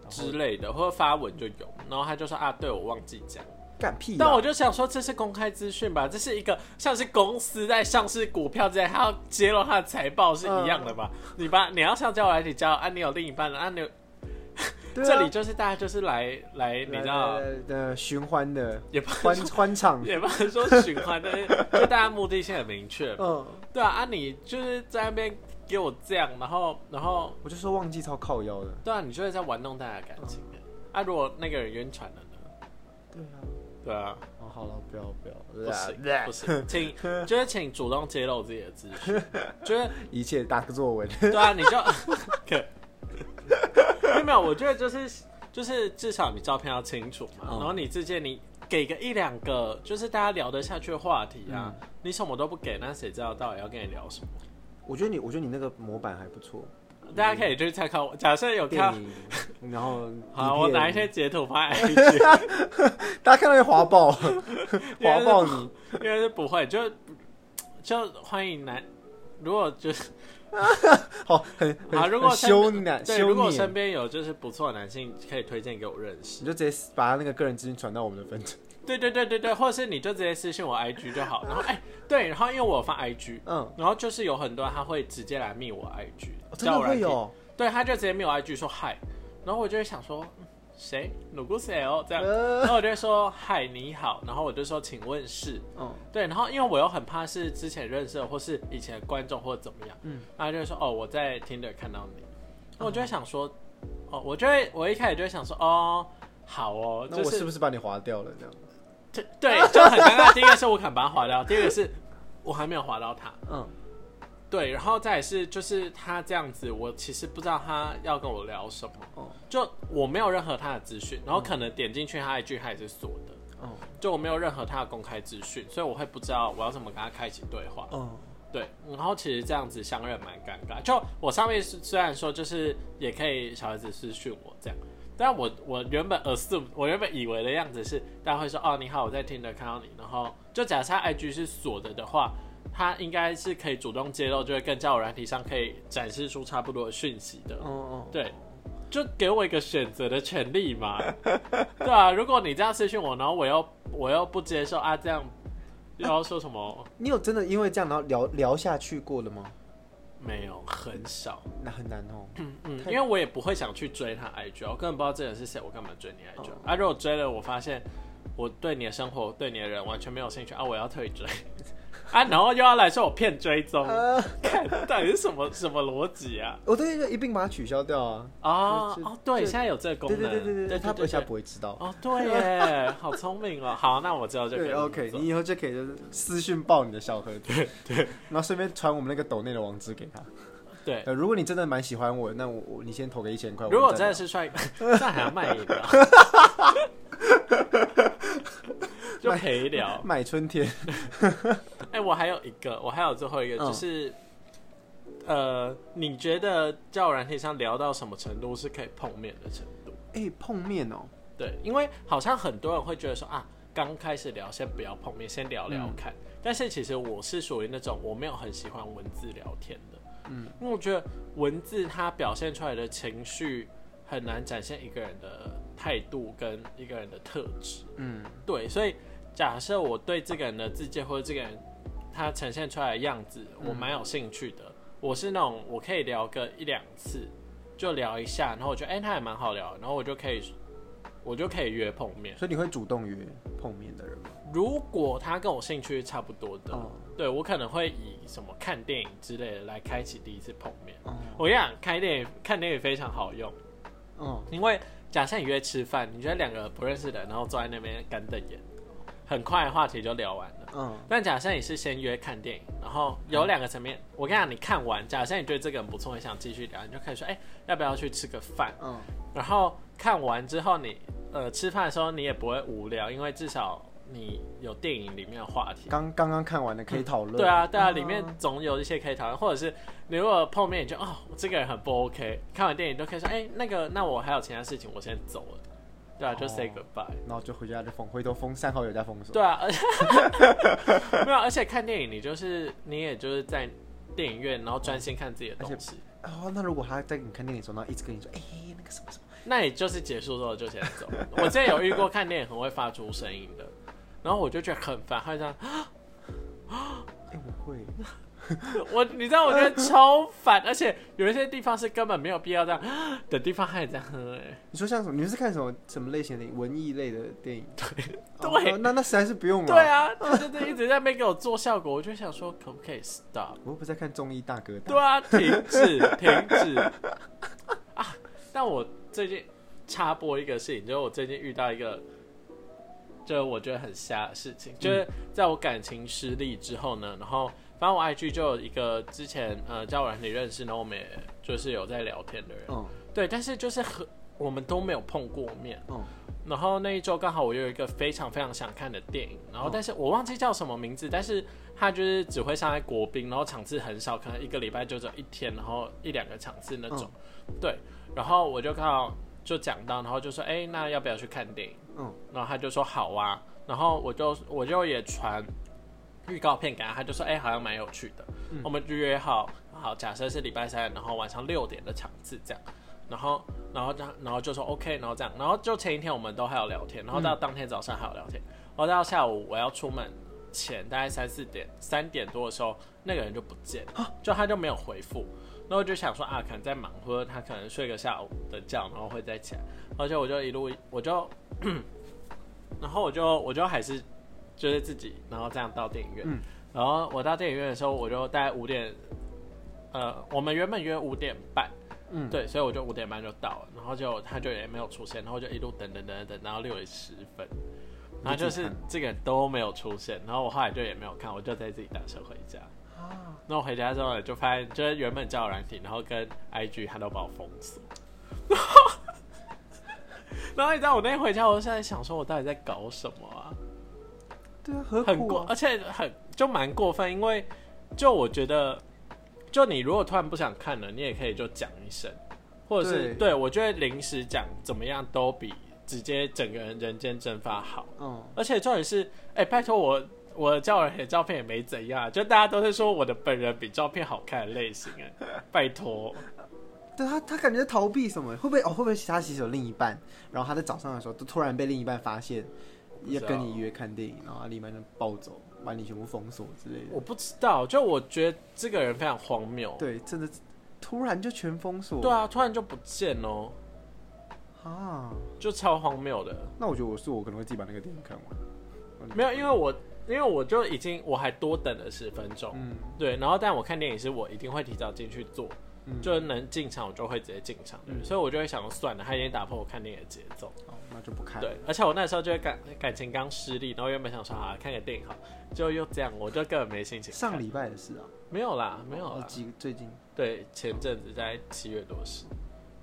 Speaker 1: 然后
Speaker 2: 之类的，或者发文就有，然后她就说啊，对我忘记讲，
Speaker 1: 干屁啦！
Speaker 2: 但我就想说，这是公开资讯吧？这是一个像是公司在上市股票之类，它要揭露它的财报是一样的吧？你把你要上交友软体交友，啊，你有另一半了，啊，你有、
Speaker 1: 对啊
Speaker 2: 这里就是大家就是来来，你知道
Speaker 1: 的循环的
Speaker 2: 也不
Speaker 1: 欢欢场，
Speaker 2: 也不能说循环，但是就大家目的性很 明确。
Speaker 1: 嗯，
Speaker 2: 对啊，啊，你就是在那边给我这样，然后然后
Speaker 1: 我就说忘记超靠腰的，
Speaker 2: 对啊，你就是在玩弄大家的感情欸。啊，如果那个人晕船了呢？
Speaker 1: 对啊，
Speaker 2: 对啊，
Speaker 1: 哦好了，不要不要，不
Speaker 2: 不行
Speaker 1: 啊
Speaker 2: 不行，请 就是请主动揭露自己的资讯， 就是
Speaker 1: 一切大作文，
Speaker 2: 对啊，你 就没有没有，我觉得就是就是至少你照片要清楚嘛，
Speaker 1: 嗯
Speaker 2: 然后你自荐你给个一两个，就是大家聊得下去的话题啊，
Speaker 1: 嗯
Speaker 2: 你什么都不给，那谁知道到底要跟你聊什么？
Speaker 1: 我觉得你我觉得你那个模板还不错，
Speaker 2: 大家可以去参考我，假设有
Speaker 1: 电
Speaker 2: 看。
Speaker 1: 影，然后
Speaker 2: 好，
Speaker 1: 影片
Speaker 2: 我拿一些截 图发 IG，
Speaker 1: 大家看到会滑爆，滑爆你，
Speaker 2: 应该是不会，就就欢迎男，如果就是
Speaker 1: 好很
Speaker 2: 啊，
Speaker 1: 很
Speaker 2: 如果
Speaker 1: 很
Speaker 2: 身
Speaker 1: 羞难
Speaker 2: 对，
Speaker 1: 羞
Speaker 2: 如果身
Speaker 1: 赧，
Speaker 2: 边有就是不错的男性，可以推荐给我认识
Speaker 1: 你。就直接把他那个个人资讯传到我们的分组，
Speaker 2: 对对对对对，或者是你就直接私信我 IG 就好。然后哎、对，然后因为我有放 IG，
Speaker 1: 嗯，
Speaker 2: 然后就是有很多人他会直接来密我 IG，、
Speaker 1: 哦真的会，有，
Speaker 2: 对，他就直接密我 IG 说嗨，然后我就会想说嗯谁努古谁哦这样，
Speaker 1: 呃
Speaker 2: 然后我就会说嗨你好，然后我就说请问是。
Speaker 1: 嗯
Speaker 2: 对，然后因为我又很怕是之前认识的或是以前的观众或者怎么样，
Speaker 1: 嗯哦
Speaker 2: 嗯，然后就会说哦我在 Tinder 看到你，那我就会想说，哦，我就会我一开始就会想说哦好哦，
Speaker 1: 那
Speaker 2: 就
Speaker 1: 我
Speaker 2: 是
Speaker 1: 是不是把你划掉了这样？
Speaker 2: 对对，就很尴尬。第一个是我可能把它划掉，第二个是我还没有划到他。
Speaker 1: 嗯，
Speaker 2: 对，然后再来是就是他这样子，我其实不知道他要跟我聊什么，
Speaker 1: 哦
Speaker 2: 就我没有任何他的资讯，然后可能点进去他一句他也是锁的，
Speaker 1: 哦
Speaker 2: 就我没有任何他的公开资讯，所以我会不知道我要怎么跟他开启对话。
Speaker 1: 哦，
Speaker 2: 对，然后其实这样子相认蛮尴尬。就我上面是虽然说就是也可以小孩子私讯我这样，但我我原本 assume 我原本以为的样子是大家会说哦你好我在听的看到你，然后就假设他 IG 是锁的的话，他应该是可以主动揭露，就会跟交友软体上可以展示出差不多的讯息的。
Speaker 1: 哦哦，
Speaker 2: 对，就给我一个选择的权利嘛。对啊，如果你这样私讯我，然后我又我又不接受啊，这样又要说什么？
Speaker 1: 你有真的因为这样然后聊聊下去过了吗？
Speaker 2: 没有，很少。
Speaker 1: 那很难哦。
Speaker 2: 嗯，因为我也不会想去追他 IG，啊我根本不知道这人是谁，我干嘛追你
Speaker 1: 哦
Speaker 2: IG 啊？啊，如果追了，我发现我对你的生活、对你的人完全没有兴趣啊，我要退追 啊，然后又要来说我骗追踪，
Speaker 1: 呃，
Speaker 2: 看到底是什么什么逻辑啊？
Speaker 1: 我对这个一并把它取消掉啊。
Speaker 2: 哦
Speaker 1: 就
Speaker 2: 哦，对，
Speaker 1: 就
Speaker 2: 现在有这个功
Speaker 1: 对
Speaker 2: 能，
Speaker 1: 对对对
Speaker 2: 对，
Speaker 1: 他不下
Speaker 2: 对
Speaker 1: 不会知道。
Speaker 2: 哦，对耶， 好聪明哦。好，那我知道这
Speaker 1: 对
Speaker 2: 个。
Speaker 1: ，OK，你以后就可以就是私讯爆你的小盒子，对，然后顺便传我们那个抖内的网址给他。
Speaker 2: 对，
Speaker 1: 呃，如果你真的蛮喜欢我，那我我你先投个一千块。
Speaker 2: 如果
Speaker 1: 我们再
Speaker 2: 真
Speaker 1: 聊
Speaker 2: 的是帅哥， 那还要卖淫 啊？就陪 聊，
Speaker 1: 买春天，
Speaker 2: 哎、我还有一个，我还有最后一个，
Speaker 1: 嗯
Speaker 2: 就是，呃，你觉得交友软体上聊到什么程度是可以碰面的程度？
Speaker 1: 哎，碰面哦，
Speaker 2: 对，因为好像很多人会觉得说啊，刚开始聊先不要碰面，先聊聊看。但是其实我是属于那种我没有很喜欢文字聊天的，嗯，因为我觉得文字它表现出来的情绪很难展现一个人的态度跟一个人的特质。
Speaker 1: 嗯
Speaker 2: 对，所以假设我对这个人的自介或者这个人他呈现出来的样子，我蛮有兴趣的。我是那种我可以聊个一两次，就聊一下，然后我觉得哎、他也蛮好聊，然后我就可以我就可以约碰面。
Speaker 1: 所以你会主动约碰面的人吗？
Speaker 2: 如果他跟我兴趣差不多的，
Speaker 1: 哦
Speaker 2: 对我可能会以什么看电影之类的来开启第一次碰面。
Speaker 1: 哦
Speaker 2: 我跟你讲，开电影看电影非常好用，
Speaker 1: 哦，
Speaker 2: 因为假设你约吃饭，你觉得两个不认识的，然后坐在那边干瞪眼，很快话题就聊完了。
Speaker 1: 嗯，
Speaker 2: 但假设你是先约看电影，然后有两个层面，我跟你讲，你看完，假设你对这个人不错，你想继续聊，你就可以说，哎、要不要去吃个饭？
Speaker 1: 嗯，
Speaker 2: 然后看完之后你，呃吃饭的时候你也不会无聊，因为至少你有电影里面的话题。
Speaker 1: 刚刚刚看完的可以讨论、
Speaker 2: 对啊，对啊，
Speaker 1: 嗯
Speaker 2: 里面总有一些可以讨论，或者是你如果碰面，你就哦，这个人很不 OK。看完电影都可以说，哎、那个，那我还有其他事情，我先走了。对啊，就 say
Speaker 1: 哦
Speaker 2: goodbye。
Speaker 1: 然后就回家就封，回头封三好友加封锁。
Speaker 2: 对啊， 而且没有，而且看电影你就是你也就是在电影院，然后专心看自己的东西，
Speaker 1: 哦，那如果他在你看电影的时候，然后一直跟你说，哎、那个什么什么，
Speaker 2: 那你就是结束之后就先走。我之前有遇过看电影很会发出声音的，然后我就觉得很烦，他就这样，
Speaker 1: 哎、我会，
Speaker 2: 我你知道我觉得超烦，而且有一些地方是根本没有必要这样的地方还这样，哎
Speaker 1: 你说像什么？你们是看什么什么类型的电影文艺类的电影？
Speaker 2: 对
Speaker 1: 哦那那实在是不用了。
Speaker 2: 对，啊，他就是一直在那边给我做效果，我就想说可不可以 stop。
Speaker 1: 我又不是在看综艺大哥大。
Speaker 2: 对啊，停止，停止啊！但我最近插播一个事情，就是我最近遇到一个，就是我觉得很瞎的事情，就是在我感情失利之后呢，然后反正我 IG 就有一个之前呃交友软体认识，然后我们也就是有在聊天的人，
Speaker 1: 嗯
Speaker 2: 对，但是就是很我们都没有碰过面，
Speaker 1: 嗯
Speaker 2: 然后那一周刚好我有一个非常非常想看的电影，然后但是我忘记叫什么名字，但是它就是只会上在国宾，然后场次很少，可能一个礼拜就只有一天，然后一两个场次那种。对，然后我就刚好就讲到，然后就说，哎、那要不要去看电影？
Speaker 1: 嗯
Speaker 2: 然后他就说好啊，然后我就我就也传预告片给他，他就说哎、好像蛮有趣的，我们就约好，好假设是礼拜三，然后晚上六点的场次这样，然后然后这样然后就说 OK，然后这样，然后就前一天我们都还有聊天，然后到当天早上还有聊天，然后到下午我要出门前大概三四点三点多的时候，那个人就不见了，就他就没有回复。然后我就想说啊，可能在忙，或者他可能睡个下午的觉，然后会再起来。而且我就一路，我就 然后我就我就还是就是自己，然后这样到电影院。
Speaker 1: 嗯
Speaker 2: 然后我到电影院的时候，我就大概五点，呃，我们原本约五点半，
Speaker 1: 嗯，
Speaker 2: 对，所以我就五点半就到了，然后就他就也没有出现，然后就一路等等等等等，然后六点十分，然后就
Speaker 1: 你自己
Speaker 2: 是
Speaker 1: 看
Speaker 2: 这个人都没有出现，然后我后来就也没有看，我就在自己打车回家。
Speaker 1: 啊，
Speaker 2: 那我回家之后呢，就发现就是原本交友软体，然后跟 IG 他都把我封锁。 然后你知道我那天回家，我就在想说，我到底在搞什么啊？
Speaker 1: 对啊，何
Speaker 2: 很
Speaker 1: 苦
Speaker 2: 过，
Speaker 1: 啊？
Speaker 2: 而且很就蛮过分，因为就我觉得，就你如果突然不想看了，你也可以就讲一声，或者是
Speaker 1: 对
Speaker 2: 对我觉得临时讲怎么样都比直接整个人人间蒸发好。
Speaker 1: 嗯，
Speaker 2: 而且重点是，哎、拜托我，我的照人的照片也没怎样啊，就大家都是说我的本人比照片好看的类型、 哎，拜托，
Speaker 1: 对他他感觉在逃避什么？会不会哦？会不会他其实有另一半？然后他在早上的时候，都突然被另一半发现
Speaker 2: 不知
Speaker 1: 要
Speaker 2: 道
Speaker 1: 跟你约看电影，然后他另一半就暴走，把你全部封锁之类的。
Speaker 2: 我不知道，就我觉得这个人非常荒谬，
Speaker 1: 对，真的突然就全封锁。
Speaker 2: 对啊，突然就不见哦，
Speaker 1: 啊，
Speaker 2: 就超荒谬的，
Speaker 1: 那我觉得我是我可能会自己把那个电影看完。
Speaker 2: 没有，因为我因为我就已经我还多等了十分钟，
Speaker 1: 嗯
Speaker 2: 对，然后但我看电影是我一定会提早进去做，
Speaker 1: 嗯，
Speaker 2: 就是能进场我就会直接进场的，
Speaker 1: 嗯
Speaker 2: 所以我就会想说算了，他已经打破我看电影的节奏。
Speaker 1: 好，哦那就不看。
Speaker 2: 对，而且我那时候就感感情刚失利，然后原本想说啊看个电影好，就又这样，我就根本没心情看。
Speaker 1: 上礼拜的事啊，
Speaker 2: 没有啦，没有
Speaker 1: 哦
Speaker 2: 啦。
Speaker 1: 几最近，
Speaker 2: 对，前阵子在七月多时，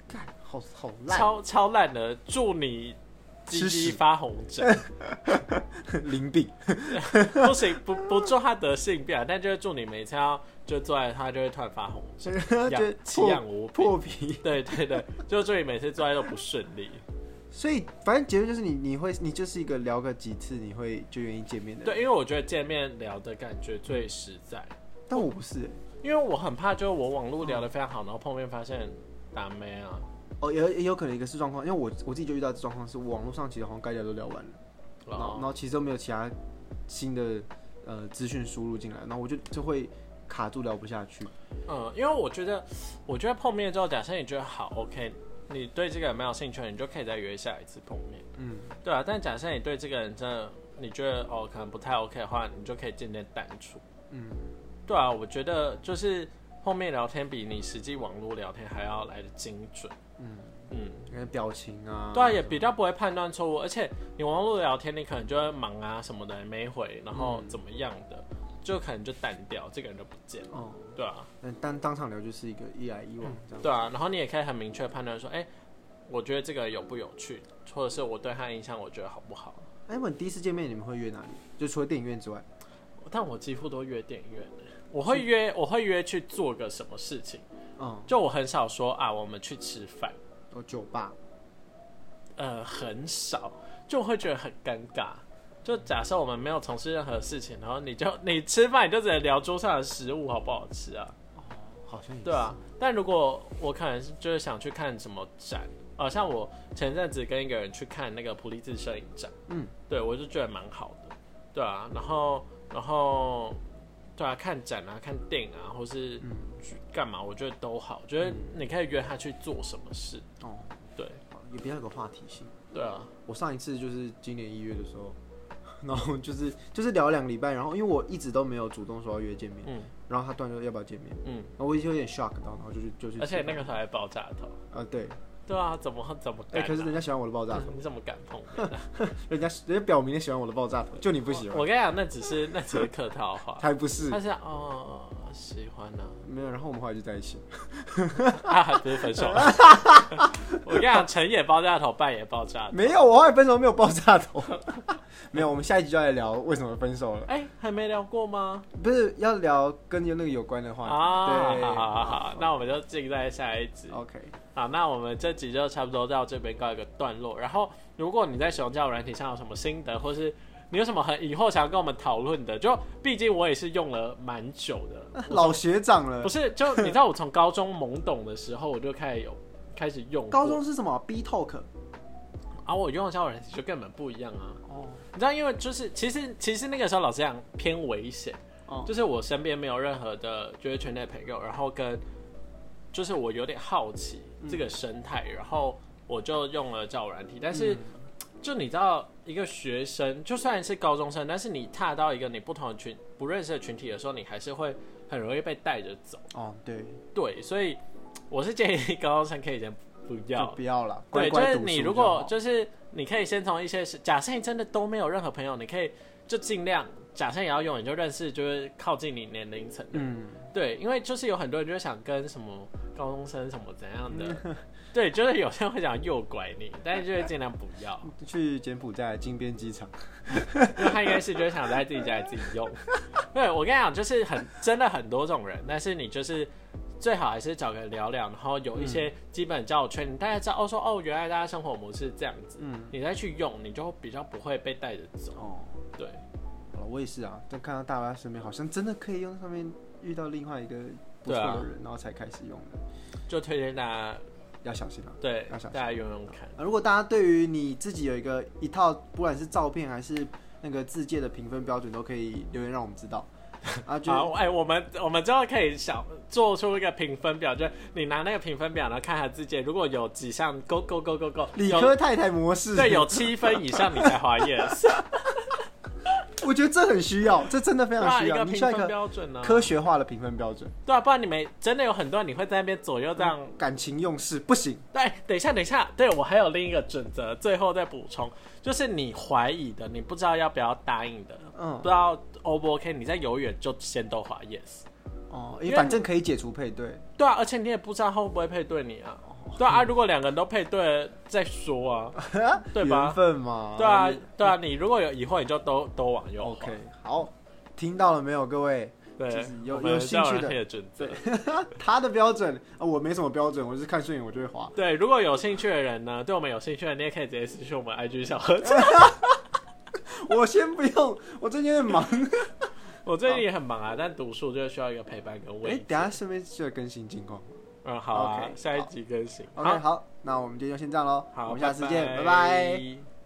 Speaker 1: 干，好好烂，
Speaker 2: 超超烂的，祝你鸡
Speaker 1: 吃屎
Speaker 2: 鸡发红疹，
Speaker 1: 零病。
Speaker 2: 不行不不祝他得性病啊，但就是祝你每次要就坐在他就会突然发红疹，
Speaker 1: 就
Speaker 2: 痒奇
Speaker 1: 破
Speaker 2: 痒无比。
Speaker 1: 破皮，
Speaker 2: 对对对，就祝你每次做爱都不顺利。
Speaker 1: 所以反正结论就是你你会你就是一个聊个几次你会就愿意见面的人，
Speaker 2: 对，因为我觉得见面聊的感觉最实在，
Speaker 1: 但我不是、欸
Speaker 2: 因为我很怕就是我网络聊得非常好，然后碰面发现打妹啊，
Speaker 1: 哦，也也有可能一个是状况，因为我我自己就遇到的状况是，网络上其实好像该聊都聊完了，然
Speaker 2: 哦
Speaker 1: 后然后其实都没有其他新的呃资讯输入进来，然后我就就会卡住聊不下去。
Speaker 2: 嗯，因为我觉得，我觉得碰面之后，假设你觉得好，OK，你对这个人蛮有兴趣的，你就可以再约下一次碰面，
Speaker 1: 嗯，
Speaker 2: 对啊。但假设你对这个人真的，你觉得哦可能不太 OK 的话，你就可以渐渐淡出。
Speaker 1: 嗯，
Speaker 2: 对啊，我觉得就是碰面聊天比你实际网络聊天还要来的精准。
Speaker 1: 嗯
Speaker 2: 嗯，
Speaker 1: 因为表情啊，
Speaker 2: 对啊，也比较不会判断错误，而且你网络聊天，你可能就会忙啊什么的，没回，然后
Speaker 1: 嗯
Speaker 2: 怎么样的，就可能就淡掉，这个人就不见了。
Speaker 1: 哦，
Speaker 2: 对啊，
Speaker 1: 但当当场聊就是一个一来一往这样。
Speaker 2: 对啊，然后你也可以很明确判断说，哎、我觉得这个有不有趣，或者是我对他印象我觉得好不好。
Speaker 1: 哎，你们第一次见面你们会约哪里？就除了电影院之外，
Speaker 2: 但我几乎都约电影院，我会约我会约去做个什么事情，
Speaker 1: 嗯，
Speaker 2: 就我很少说啊，我们去吃饭，
Speaker 1: 哦，酒吧，
Speaker 2: 呃，很少，就会觉得很尴尬。就假设我们没有从事任何事情，然后你就你吃饭，你就只能聊桌上的食物好不好吃啊？
Speaker 1: 好像也是
Speaker 2: 对啊，，但如果我可能是就是想去看什么展，啊，像我前阵子跟一个人去看那个普利兹摄影展，
Speaker 1: 嗯，
Speaker 2: 对我就觉得蛮好的，对啊，然后然后对啊，看展啊，看电影啊，或是
Speaker 1: 嗯
Speaker 2: 去干嘛，我觉得都好，觉得你可以约他去做什么事，
Speaker 1: 哦，
Speaker 2: 对
Speaker 1: 好也比较有个话题性。
Speaker 2: 对啊，
Speaker 1: 我上一次就是今年一月的时候， 然后就是就是聊了两个礼拜，然后因为我一直都没有主动说要约见面，
Speaker 2: 嗯
Speaker 1: 然后他突然说要不要见面，
Speaker 2: 嗯，
Speaker 1: 然后我已经有点 shock 到，然后就去就去，
Speaker 2: 而且那个头还爆炸头，
Speaker 1: 呃对，
Speaker 2: 对啊，怎么怎么
Speaker 1: 哎、
Speaker 2: 敢、啊
Speaker 1: 可是人家喜欢我的爆炸头，
Speaker 2: 嗯你怎么敢碰？
Speaker 1: 人家人家表明喜欢我的爆炸头，就你不喜欢，
Speaker 2: 我跟你讲，那只是那只是客 套话，
Speaker 1: 才不是
Speaker 2: 他，是哦喜欢啊。
Speaker 1: 没有，然后我们后来就在一起了，
Speaker 2: 啊，不是分 手了。我跟你讲，成也爆炸头，败也爆炸头。
Speaker 1: 没有，我后来分手没有爆炸头， 没有，我们下一集就来聊为什么分手了，
Speaker 2: 哎、还没聊过吗？
Speaker 1: 不是要聊跟那个有关的话题，
Speaker 2: 啊，
Speaker 1: 对，
Speaker 2: 好好好好，那我们就进在下一集。
Speaker 1: OK，
Speaker 2: 好，那我们这集就差不多到这边告一个段落。然后，如果你在使用交友软体上有什么心得，或是你有什么很以后想要跟我们讨论的，就毕竟我也是用了蛮久 的，
Speaker 1: 老学长了
Speaker 2: 不，是？就你知道，我从高中懵懂的时候，我就开始有开始用过，
Speaker 1: 高中是什么？B Talk
Speaker 2: 啊，我用的交友软体就根本不一样啊。
Speaker 1: 哦。
Speaker 2: 你知道，因为就是其实其实那个时候老实讲偏危险，
Speaker 1: 哦
Speaker 2: 就是我身边没有任何的就是圈内朋友，然后跟就是我有点好奇这个生态，然后我就用了交友软体，但是、
Speaker 1: 嗯
Speaker 2: 就你知道一个学生，就算是高中生，但是你踏到一个你不同的群不认识的群体的时候，你还是会很容易被带着走。
Speaker 1: 哦，对，
Speaker 2: 对，所以我是建议高中生可以先不
Speaker 1: 就
Speaker 2: 要
Speaker 1: 不要了。
Speaker 2: 对，
Speaker 1: 乖
Speaker 2: 就
Speaker 1: 乖
Speaker 2: 是
Speaker 1: 读
Speaker 2: 你
Speaker 1: 书
Speaker 2: 如果
Speaker 1: 好
Speaker 2: 就是你可以先从一些事，假设你真的都没有任何朋友，你可以就尽量假设你要用，你就认识就是靠近你年龄层的，
Speaker 1: 嗯，
Speaker 2: 对，因为就是有很多人就是想跟什么高中生什么怎样的，
Speaker 1: 嗯
Speaker 2: 对，就是有些人会想诱拐你，但是就是尽量不 要，
Speaker 1: 去柬埔寨金边机场，
Speaker 2: 因为他应该是就是想在自己家里自己用。对我跟你讲，就是很真的很多这种人，但是你就是。最好还是找个人聊聊，然后
Speaker 1: 嗯
Speaker 2: 有一些基本交友圈，你大概知道哦，说哦，原来大家生活模式这样子，
Speaker 1: 嗯，
Speaker 2: 你再去用，你就比较不会被带着走。
Speaker 1: 哦，
Speaker 2: 对，
Speaker 1: 好了，我也是啊，但看到大家身边好像真的可以用上面遇到另外一个不错
Speaker 2: 对啊
Speaker 1: 的人，然后才开始用的，
Speaker 2: 就推荐大家，
Speaker 1: 要小心啊。
Speaker 2: 对，
Speaker 1: 要
Speaker 2: 大
Speaker 1: 小心
Speaker 2: 家用用看。
Speaker 1: 啊如果大家对于你自己有一个一套，不管是照片还是那个字界的评分标准，都可以留言让我们知道。 啊，就
Speaker 2: 好，哎、我们我们之后可以想做出一个评分表，就是你拿那个评分表，然后看下自己，如果有几项勾勾勾勾勾，
Speaker 1: 理
Speaker 2: 有
Speaker 1: 科太太模式，
Speaker 2: 对有七分以上，你才 划 yes，
Speaker 1: 我觉得这很需要，这真的非常
Speaker 2: 哇，
Speaker 1: 需
Speaker 2: 啊一
Speaker 1: 要。
Speaker 2: 个
Speaker 1: 你
Speaker 2: 评
Speaker 1: 需要一
Speaker 2: 分
Speaker 1: 个
Speaker 2: 标准呢、
Speaker 1: 科学化的评分标准，
Speaker 2: 对啊，不然你们真的有很多你会在那边左右这样。
Speaker 1: 感情用事不行。
Speaker 2: 对，等一下，等一下，对我还有另一个准则，最后再补充，就是你怀疑的，你不知道要不要答应的，
Speaker 1: 嗯
Speaker 2: 不知，道 O 不 OK，你在犹豫就先都划 yes。
Speaker 1: 哦，
Speaker 2: 因
Speaker 1: 因
Speaker 2: 为
Speaker 1: 为反正可以解除配对。
Speaker 2: 对啊，而且你也不知道他会不会配对你啊。对啊，啊如果两个人都配对了再说啊，对吧
Speaker 1: 缘？分嘛。
Speaker 2: 对啊啊，对啊，你如果有疑惑，你就都都往右滑。
Speaker 1: ，OK，好，听到了没有，各位？
Speaker 2: 对，
Speaker 1: 就是有
Speaker 2: 我们
Speaker 1: 有兴趣的
Speaker 2: 交友软体的准则。
Speaker 1: 他的标准啊，我没什么标准，我就是看顺眼我就会 滑。
Speaker 2: 对，如果有兴趣的人呢，对我们有兴趣的，你也可以直接私讯我们 IG 小盒
Speaker 1: 哎
Speaker 2: 子。
Speaker 1: 我先不用，我最近有点忙。
Speaker 2: 我最近也很忙啊，但读书就需要一个陪伴跟
Speaker 1: 哎、
Speaker 2: 慰藉。
Speaker 1: 等一下顺便记得更新近况。
Speaker 2: 嗯，好啊
Speaker 1: OK，
Speaker 2: 下一集更新。
Speaker 1: OK，好，那我们今天就先这样喽，
Speaker 2: 好，
Speaker 1: 我们下次
Speaker 2: 拜
Speaker 1: 见，拜
Speaker 2: 拜。